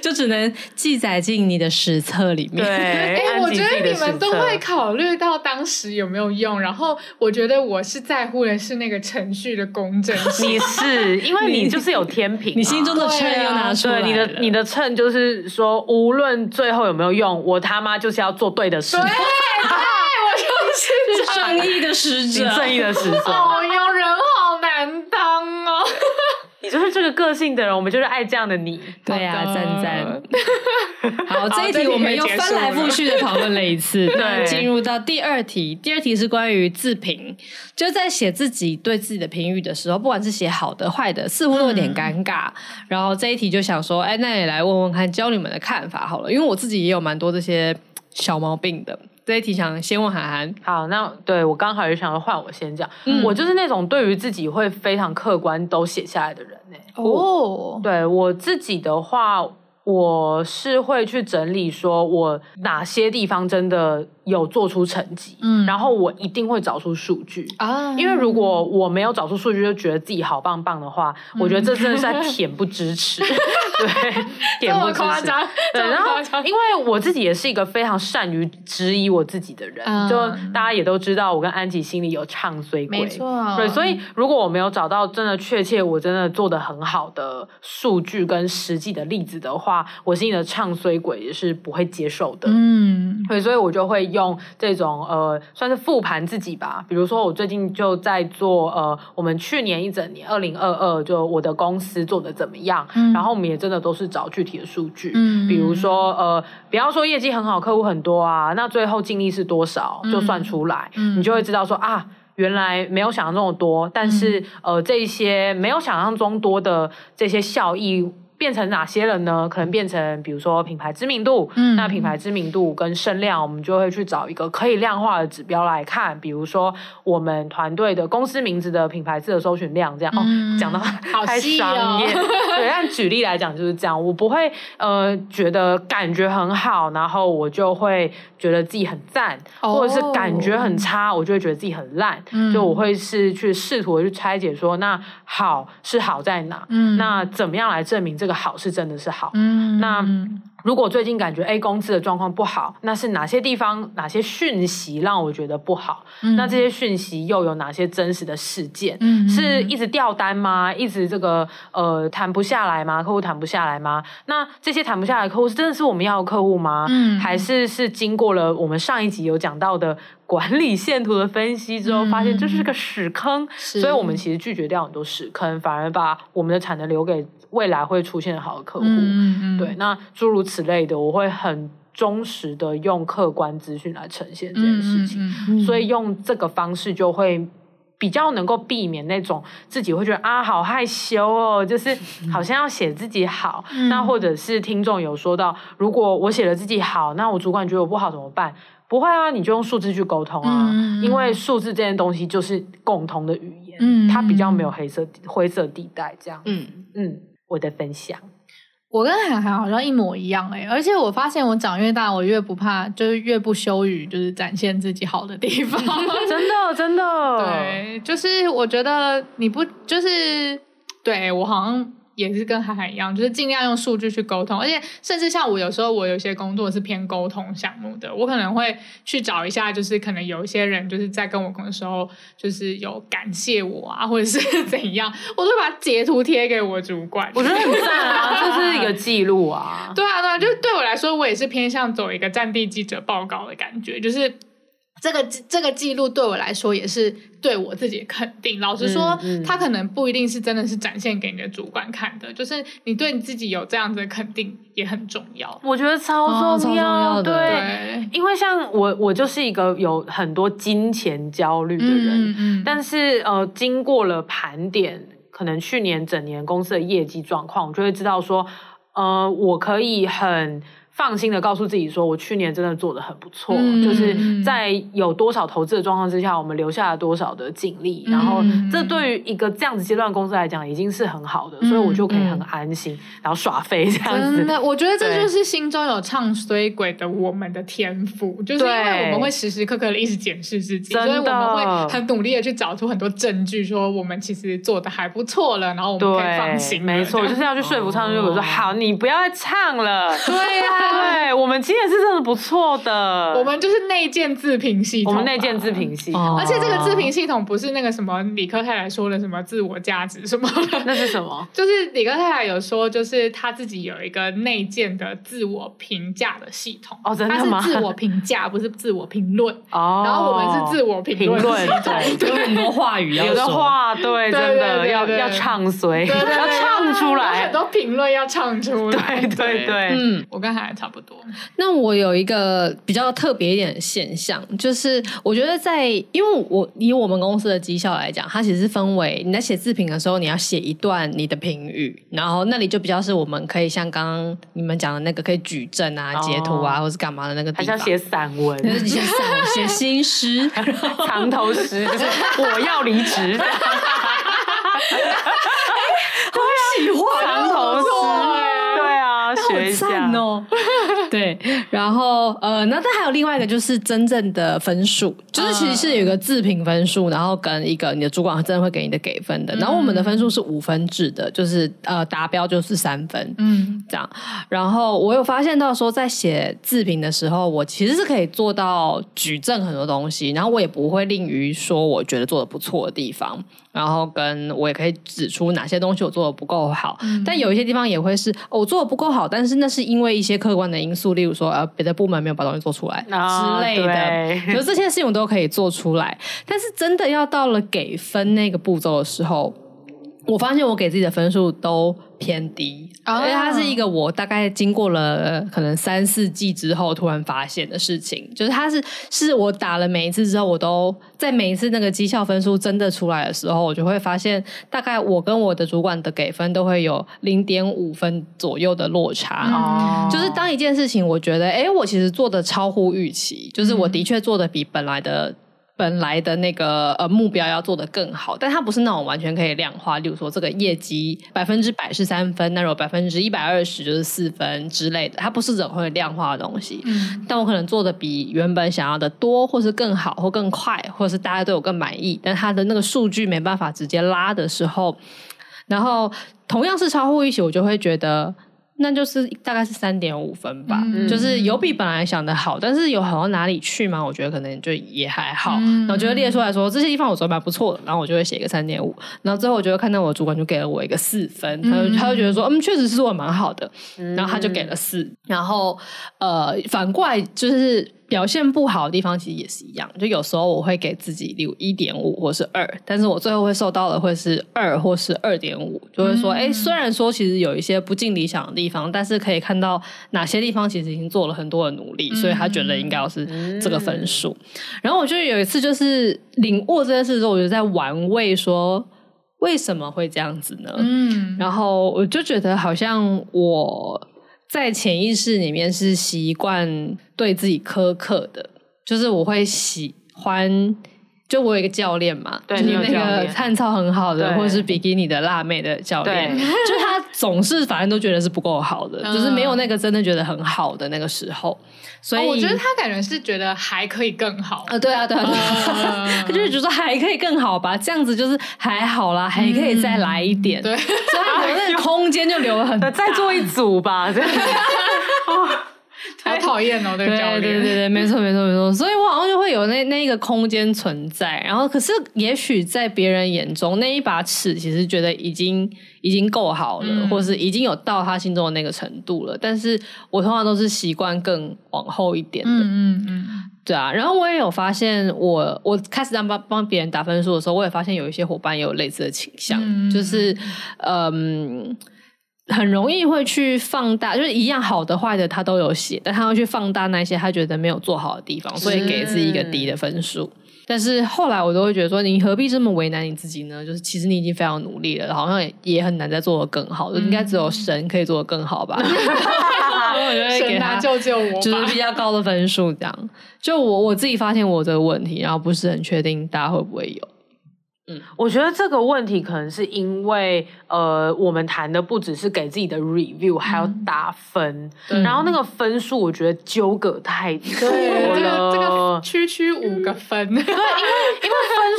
就只能记载进你的史册里
对。
面。
哎、
安
我
吉
觉
自
得
己的
你们
实
都
测
会考虑到当时有没有用，然后我觉得我是在乎的是那个程序的公正性。
你是 因为你就是有天平啊、
你心中的秤又拿出来
对
了，
你的你的秤就是说，无论最后有没有用，我他妈就是要做对的事，
我就是这样
正义的使
行
者，
正义的使者。
哦，有人好难当哦。
你就是这个个性的人，我们就是爱这样的你。
对啊，
好的
赞 赞。好，这一
这
题
题
我们
可以
又
结束
翻来覆去的讨论了一次。那
对
进入到第二题，第二题是关于自评，就在写自己对自己的评语的时候，不管是写好的、坏的，似乎都有点尴尬。
嗯
然后这一题就想说，哎，那也来问问看，教你们的看法好了，因为我自己也有蛮多这些小毛病的。这一题想先问涵涵，
好，那对我刚好也想要换我先讲，
嗯
我就是那种对于自己会非常客观都写下来的人欸呢、
哦，
对我自己的话，我是会去整理说我哪些地方真的有做出成绩，
嗯
然后我一定会找出数据。
啊
因为如果我没有找出数据就觉得自己好棒棒的话，
嗯
我觉得这真的 是在恬不知耻，对，
这
恬不
么
知
夸
耻。
张，
对，
这么
然后
夸张
因为我自己也是一个非常善于质疑我自己的人，
嗯
就大家也都知道，我跟安吉心里有唱衰鬼，
没错
对，所以如果我没有找到真的确切我真的做的很好的数据跟实际的例子的话，我心里的唱衰鬼也是不会接受的。
嗯
对，所以我就会用这种呃，算是复盘自己吧。比如说，我最近就在做呃，我们去年一整年，二零二二，就我的公司做的怎么样、
嗯
然后我们也真的都是找具体的数据，
嗯
比如说呃，不要说业绩很好，客户很多啊，那最后净利是多少，就算
嗯
出来，
嗯
你就会知道说啊。原来没有想象中的多，但
嗯
是、呃，这一些没有想象中多的这些效益变成哪些了呢？可能变成比如说品牌知名度，
嗯
那品牌知名度跟声量，我们就会去找一个可以量化的指标来看，比如说我们团队的公司名字的品牌字的搜寻量，这样、
嗯
哦，讲到
好
太
细
商
哦
业， 对，但举例来讲就是这样，我不会呃觉得感觉很好，然后我就会觉得自己很赞，
哦
或者是感觉很差，我就会觉得自己很烂，
嗯
就我会是去试图地去拆解说，那好是好在哪？
嗯
那怎么样来证明这个好是真的是好？
嗯
那如果最近感觉 A 公司的状况不好，那是哪些地方、哪些讯息让我觉得不好？那这些讯息又有哪些真实的事件？
嗯
是一直掉单吗？一直这个呃谈不下来吗？客户谈不下来吗？那这些谈不下来的客户是真的是我们要的客户吗？
嗯
还是是经过了我们上一集有讲到的管理线图的分析之后，
嗯
发现这是个屎坑，
是
所以我们其实拒绝掉很多屎坑，反而把我们的产能留给未来会出现的好的客户。
嗯嗯嗯
对，那诸如此类的，我会很忠实的用客观资讯来呈现这件事情。
嗯
所以用这个方式就会比较能够避免那种自己会觉得啊好害羞哦， 就是好像要写自己好。
嗯
那或者是听众有说到，如果我写了自己好，那我主管觉得我不好怎么办？不会啊，你就用数字去沟通啊，
嗯嗯嗯
因为数字这件东西就是共同的语言，
嗯
它比较没有
嗯
黑色地灰色地带这样。
嗯。
嗯，我的分享。
我跟涵涵好像一模一样哎、而且我发现我长越大，我越不怕，就是越不羞于就是展现自己好的地方。
真的，真的，，
对，就是我觉得你不就是对我好像也是跟涵涵一样，就是尽量用数据去沟通，而且甚至像我有时候我有些工作是偏沟通项目的，我可能会去找一下，就是可能有一些人就是在跟我工作的时候，就是有感谢我啊，或者是 怎样，我都把截图贴给我主管。
我觉得很赞啊，这是一个记录啊。
对啊，对啊，就是对我来说，我也是偏向走一个战地记者报告的感觉，就是。这个这个记录对我来说也是对我自己的肯定。老实说，
嗯嗯
他可能不一定是真的是展现给你的主管看的，就是你对你自己有这样子的肯定也很重要。
我觉得超
哦
重
超重要的
对，嗯
对，
因为像我，我就是一个有很多金钱焦虑的人，
嗯嗯，
但是呃，经过了盘点，可能去年整年公司的业绩状况，我就会知道说，呃，我可以很。放心的告诉自己说，我去年真的做的很不错，
嗯
就是在有多少投资的状况之下，我们留下了多少的警力，然后
嗯
这对于一个这样子阶段的公司来讲已经是很好的，所以我就可以很安心，然后耍飞这样子。
嗯真的，我觉得这
对
就是心中有唱衰鬼的我们的天赋，就是因为我们会时时刻刻的一直检视自己，
真
所
的
以我们会很努力的去找出很多证据，说我们其实做的还不错了，然后我们可以放心了。
没 错，
这
就
样
是要去说服唱歌我说好，你不要再唱了。
对呀、
对，我们今天是真的不错的。
我们就是内建自评系
我
统吧，
们内建自评系，
哦
而且这个自评系统不是那个什么理科太太说的什么自我价值什么的，
那是什么？
就是理科太太有说，就是她自己有一个内建的自我评价的系统。
哦真的
她
吗
是自我评价，不是自我评论。
哦，
然后我们是自我评
评
论
论，
系统
对，
有很多话语要
有的
说。
话，对，
对对
真的
对
要
对
要唱随，
对对对
要唱出
有
来
很。多评论要唱出来。
对对对，
嗯，
我跟海涵差不多。
那我有一个比较特别一点的现象，就是我觉得在，因为我以我们公司的绩效来讲，它其实是分为你在写自评的时候，你要写一段你的评语，然后那里就比较是我们可以像刚刚你们讲的那个，可以举证啊、
哦
截图啊，或是干嘛的那个
还
地
是要
方。
写散文，
就是写散文写新诗，
藏头诗，就是我要离 职。 哎
喜
哦
欢
藏头诗，对啊，学一下
赞。哦。 对，然后呃，那但还有另外一个就是真正的分数，就是其实是有一个自评分数，然后跟一个你的主管真的会给你的给分
嗯
的。然后我们的分数是五分制的，就是呃达标就是三分。
嗯
这样，然后我有发现到说，在写自评的时候，我其实是可以做到举证很多东西，然后我也不会吝于说我觉得做的不错的地方，然后跟我也可以指出哪些东西我做的不够好，
嗯
但有一些地方也会是、哦我做的不够好，但是那是因为一些客观的因素，例如说呃别的部门没有把东西做出来、
啊
之类的，
对
可是这些事情我都可以做出来，但是真的要到了给分那个步骤的时候，我发现我给自己的分数都偏低，
啊
因为它是一个我大概经过了呃可能三四季之后突然发现的事情，就是它是是我打了每一次之后，我都在每一次那个绩效分数真的出来的时候，我就会发现大概我跟我的主管的给分都会有零点五分左右的落差。
哦
就是当一件事情，我觉得，哎、我其实做的超乎预期，就是我的确做的比本来的。本来的那个呃目标要做的更好，但它不是那种完全可以量化，例如说这个业绩百分之百是三分，那如果百分之一百二十就是四分之类的，它不是这种会量化的东西。
嗯
但我可能做的比原本想要的多，或是更好，或更快，或是大家对我更满意，但它的那个数据没办法直接拉的时候，然后同样是超乎预期，我就会觉得那就是大概是三点五分吧，
嗯
就是有比本来想的好，但是有好到哪里去嘛？我觉得可能就也还好。
嗯
然后就会列出来说这些地方我做得蛮不错的，然后我就会写一个三点五，然后最后我就会看到我主管就给了我一个四分，他就他就觉得说嗯确实
嗯
是做的蛮好的，然后他就给了四，然后呃反过来就是。表现不好的地方其实也是一样，就有时候我会给自己留一点五或是二，但是我最后会受到的会是二或是二点五，就会说，哎、虽然说其实有一些不尽理想的地方，但是可以看到哪些地方其实已经做了很多的努力，所以他觉得应该要是这个分数。然后我就有一次就是领悟这件事之后，我就在玩味说。为什么会这样子呢？
嗯，
哦
然后我就觉得好像我在潜意识里面是习惯对自己苛刻的，就是我会喜欢。就我有一个教练嘛，
对
就是
你有
那
教
个
练
汗操很好的，
对
或者是比基尼的辣妹的教练，
对
就是他总是反正都觉得是不够好的，
嗯
就是没有那个真的觉得很好的那个时候，所以、
哦我觉得他感觉是觉得还可以更好。
啊，对啊，对啊，对啊，
嗯
他就是觉得说还可以更好吧，这样子就是还好啦，还可以再来一点，
对
所以他留那个空间就留了很大，
再做一组吧，这样
好讨厌哦，这个
对
教
对对
练。
对，没错没错没错，所以我好像就会有那那一个空间存在，然后可是也许在别人眼中那一把尺，其实觉得已经已经够好了，
嗯
或是已经有到他心中的那个程度了，但是我通常都是习惯更往后一点的，
嗯嗯嗯，
对啊，然后我也有发现我，我开始当帮帮别人打分数的时候，我也发现有一些伙伴也有类似的倾向，
嗯
就是嗯，很容易会去放大，就是一样好的坏的他都有写，但他会去放大那些他觉得没有做好的地方，所以给自己一个低的分数。但是后来我都会觉得说，你何必这么为难你自己呢？就是其实你已经非常努力了，好像也也很难再做得更好，应该只有神可以做得更好吧。我就会给
神
他
啊，救救我
就是
吧！
比较高的分数这样。就我我自己发现我这个问题，然后不是很确定大家会不会有。
我觉得这个问题可能是因为，呃，我们谈的不只是给自己的 review，还有
嗯
打分，
对
然后那个分数我觉得纠葛太多
对
了。
这个这个区区五个分，
因为分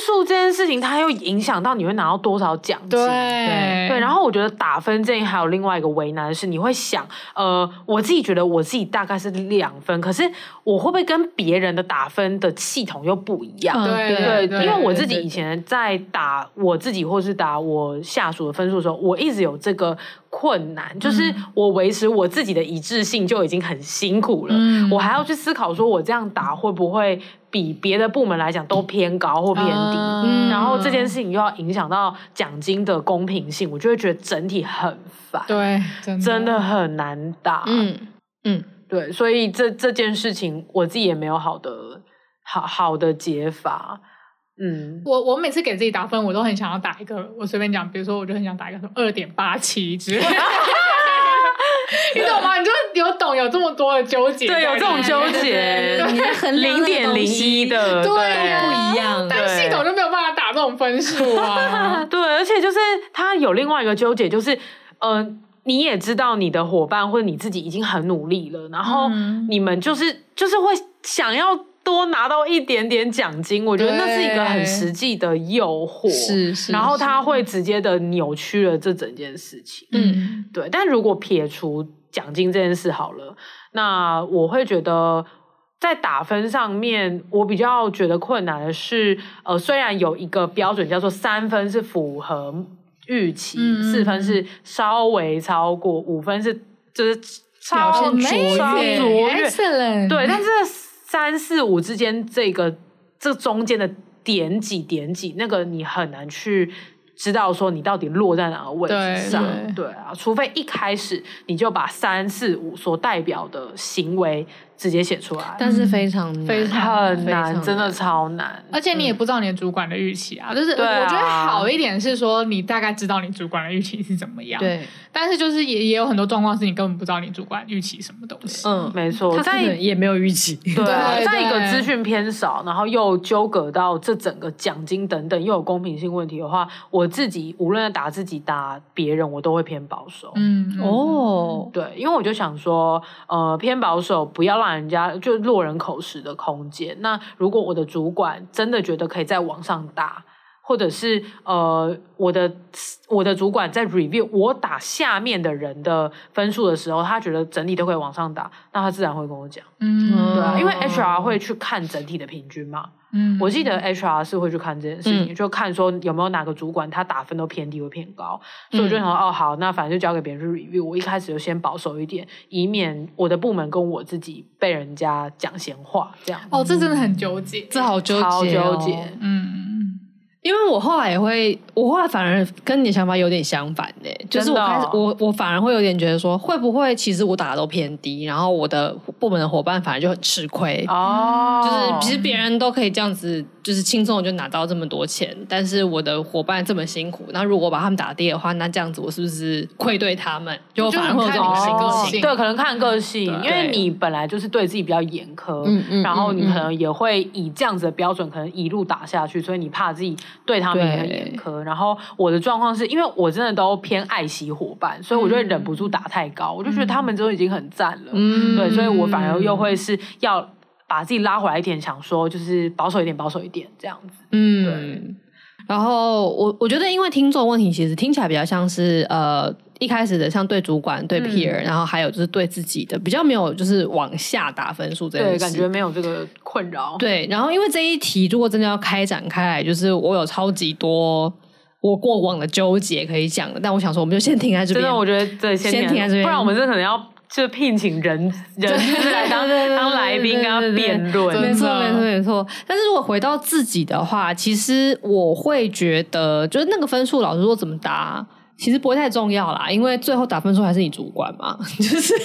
数这件事情，它又影响到你会拿到多少奖金。
对
对，然后我觉得打分这一还有另外一个为难是，你会想，呃，我自己觉得我自己大概是两分，可是我会不会跟别人的打分的系统又不一
嗯
样？
对
对，
对
因为我自己以前在打我自己或是打我下属的分数的时候，我一直有这个困难，就是
嗯
我维持我自己的一致性就已经很辛苦了，
嗯
我还要去思考说我这样打会不会比别的部门来讲都偏高或偏低，
啊
嗯
然后这件事情又要影响到奖金的公平性，我就会觉得整体很烦，
对，真的
真的很难打，
嗯，
对，所以这这件事情我自己也没有好的好好的解法。嗯，
我我每次给自己打分，我都很想要打一个，我随便讲，比如说我就很想打一个什么二点八七之类的， 你懂吗？你就有懂有这么多的纠结在
对，
里面，
有这种纠结，
你在衡量
零
那个
点
东
零
西
一的，
对啊
不一样。
但
对。
系统就没有办法打这种分数啊
对，而且就是他有另外一个纠结，就是呃，你也知道你的伙伴或者你自己已经很努力了， 然后
嗯
你们就是、就是会想要多拿到一点点奖金，我觉得那是一个很
对
实际的诱惑，
是是
然后
是
他会直接的扭曲了这整件事情。
嗯
对，但如果撇除奖金这件事好了，那我会觉得在打分上面，我比较觉得困难的是，呃，虽然有一个标准叫做三分是符合预期，
嗯
四分是稍微超过，五分是就是超
表现卓越
超卓越，
嗯
，excellent，
对，但是三四五之间这个这中间的点几点几，那个你很难去知道说你到底落在哪个位
对
置上。
对
啊，除非一开始你就把三四五所代表的行为直接写出来，
但是嗯非常难
非常
很
非常
难，真的
难
超难。
而且你也不知道你的主管的预期啊，就是我
嗯对啊
我觉得好一点是说你大概知道你主管的预期是怎么样，。
对，
但是就是也也有很多状况是你根本不知道你主管预期什么东西，
嗯，
没错，
他
在
根本也没有预期。
对啊，
对
在一个
对
资讯偏少，然后又纠葛到这整个奖金等等，又有公平性问题的话，我自己无论打自己打别人，我都会偏保守。
嗯，
哦，
对，因为我就想说，呃，偏保守，不要让人家就落人口实的空间。那如果我的主管真的觉得可以再往上打，或者是呃，我的我的主管在 review 我打下面的人的分数的时候，他觉得整体都可以往上打，那他自然会跟我讲，
嗯，
对啊，因为
哦
HR 会去看整体的平均嘛，
嗯
我记得 HR 是会去看这件事
嗯
情，就看说有没有哪个主管他打分都偏低或偏高，所以我就
嗯
想说哦好，那反正就交给别人去 review。我一开始就先保守一点，以免我的部门跟我自己被人家讲闲话，这样
哦，这真的很纠结，
这好纠结、
超
哦，
纠结。
嗯，
因为我后来也会，我后来反而跟你的想法有点相反呢、就是
真
我
的
开
哦
始，我我反而会有点觉得说，会不会其实我打的都偏低，然后我的部门的伙伴反而就很吃亏，
哦，
哦嗯就是其实别人都可以这样子，就是轻松地就拿到这么多钱，但是我的伙伴这么辛苦，那如果我把他们打低的话，那这样子我是不是愧对他们？就我
就
反而
很
会有
看
这种
你
心
的
情
个
哦
性嗯
对，可能看个性，因为
对
你本来就是对自己比较严苛，
嗯嗯
然后你
嗯
可能也会以这样子的标准，可能一路打下去，所以你怕自己对他们也很严苛。然后我的状况是因为我真的都偏爱惜伙伴，所以我就会忍不住打太高，我就觉
嗯
得他们都已经很赞了，
嗯
对，所以我反而又会是要把自己拉回来一点，想说就是保守一点，保守一点这样子。
嗯，然后我我觉得，因为听众问题，其实听起来比较像是呃一开始的像对主管、
嗯
对 peer，、然后还有就是对自己的，比较没有就是往下打分数这件
对，
事。
感觉没有这个困扰。
对，然后因为这一题如果真的要开展开来，就是我有超级多我过往的纠结可以讲的，但我想说，我们就先停在这
真
边。
的，我觉得对，
先停在这边
不然我们这可能要就聘请 人人资来当当来宾跟他辩论。
没错，
真的
没错，没错。但是如果回到自己的话，其实我会觉得，就是那个分数，老师说怎么打，其实不会太重要啦，因为最后打分数还是你主管嘛， 就是。呃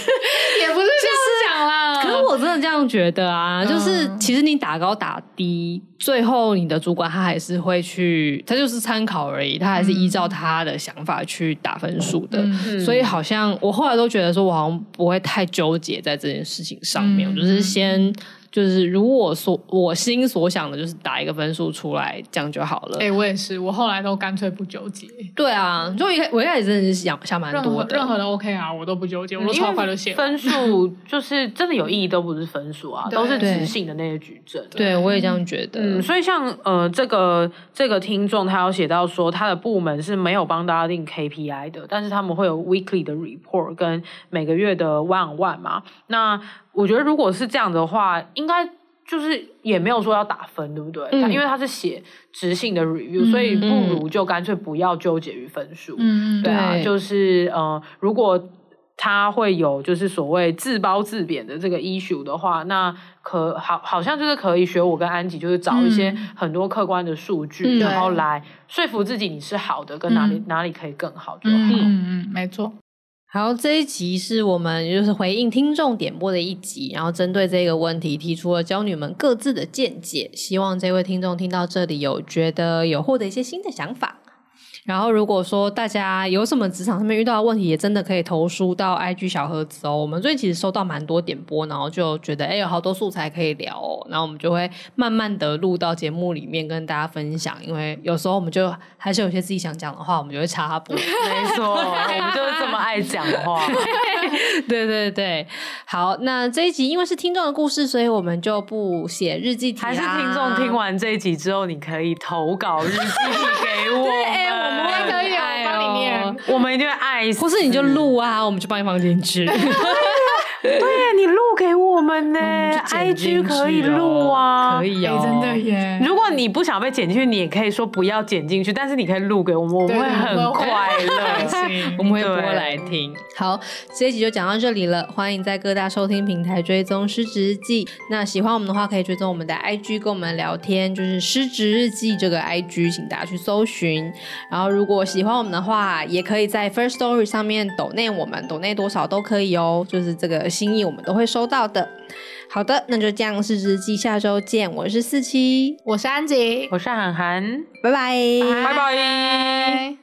也不是这样讲啦。
可是我真的这样觉得啊，
嗯
就是其实你打高打低，最后你的主管他还是会去，他就是参考而已，他还是依照他的想法去打分数的。
嗯
所以好像我后来都觉得说，我好像不会太纠结在这件事情上面，
嗯
我就是先。就是如我所我心所想的，就是打一个分数出来，这样就好了。
哎、我也是，我后来都干脆不纠结，
对啊，就一开我一开始真的是想想蛮
任
多
何
的，
任何都 OK 啊，我都不纠结，我都
嗯因为
超快就写完。
分数就是真的有意义，都不是分数啊，
对
都是直性的那些矩阵。
对我也这样觉得。
嗯，所以像呃，这个这个听众他有写到说，他的部门是没有帮大家定 KPI 的，但是他们会有 weekly 的 report 跟每个月的 one on one 嘛。那我觉得如果是这样的话，应该就是也没有说要打分，对不对？
嗯
因为他是写直性的 review，、
嗯
所以不如就干脆不要纠结于分数。
嗯，
对啊，
对
就是呃，如果他会有就是所谓自褒自贬的这个 issue 的话，那可好好像就是可以学我跟安吉，就是找一些
嗯
很多客观的数
嗯
据，然后
对
来说服自己你是好的，跟哪里、
嗯
哪里可以更好就好。
嗯嗯嗯，没错。
好，这一集是我们就是回应听众点播的一集，然后针对这个问题提出了娇女们各自的见解，希望这位听众听到这里有觉得有获得一些新的想法。
然后，如果说大家有什么职场上面遇到的问题，也真的可以投书到 IG 小盒子哦。我们最近其实收到蛮多点播，然后就觉得哎，有好多素材可以聊哦。然后我们就会慢慢的录到节目里面跟大家分享，因为有时候我们就还是有些自己想讲的话，我们就会插 播。
没错，我们就是这么爱讲 话。
对对对，好，那这一集因为是听众的故事，所以我们就不写日记题啊
还
啦
是听众听。完这一集之后，你可以投稿日记给我们，
哎，我们会
可以哦
哎
爱
帮你
哦
念，
我们一定会爱死。
或是你就录啊，我们就帮你放 进去。
对你录给我们呢、
我们
哎 i
就
g
剪进去
可以录啊，
可。以
哎、
哦，
真的耶！
如果你不想被剪进去，你也可以说不要剪进去，但是你可以录给我们，我们
对
会很快
开
乐。
心
我们会播
对
来听。
好，这一集就讲到这里了，欢迎在各大收听平台追踪《失职日记》。那喜欢我们的话，可以追踪我们的 IG 跟我们聊天，就是《失职日记》这个 IG，请大家去搜寻。然后，如果喜欢我们的话，也可以在 First Story 上面抖内我们，抖内多少都可以哦，就是这个心意我们都会收到的。好的，那就这样，《失职日记》下周见，我是四七，
我是安吉，
我是涵涵，
拜拜。
拜拜。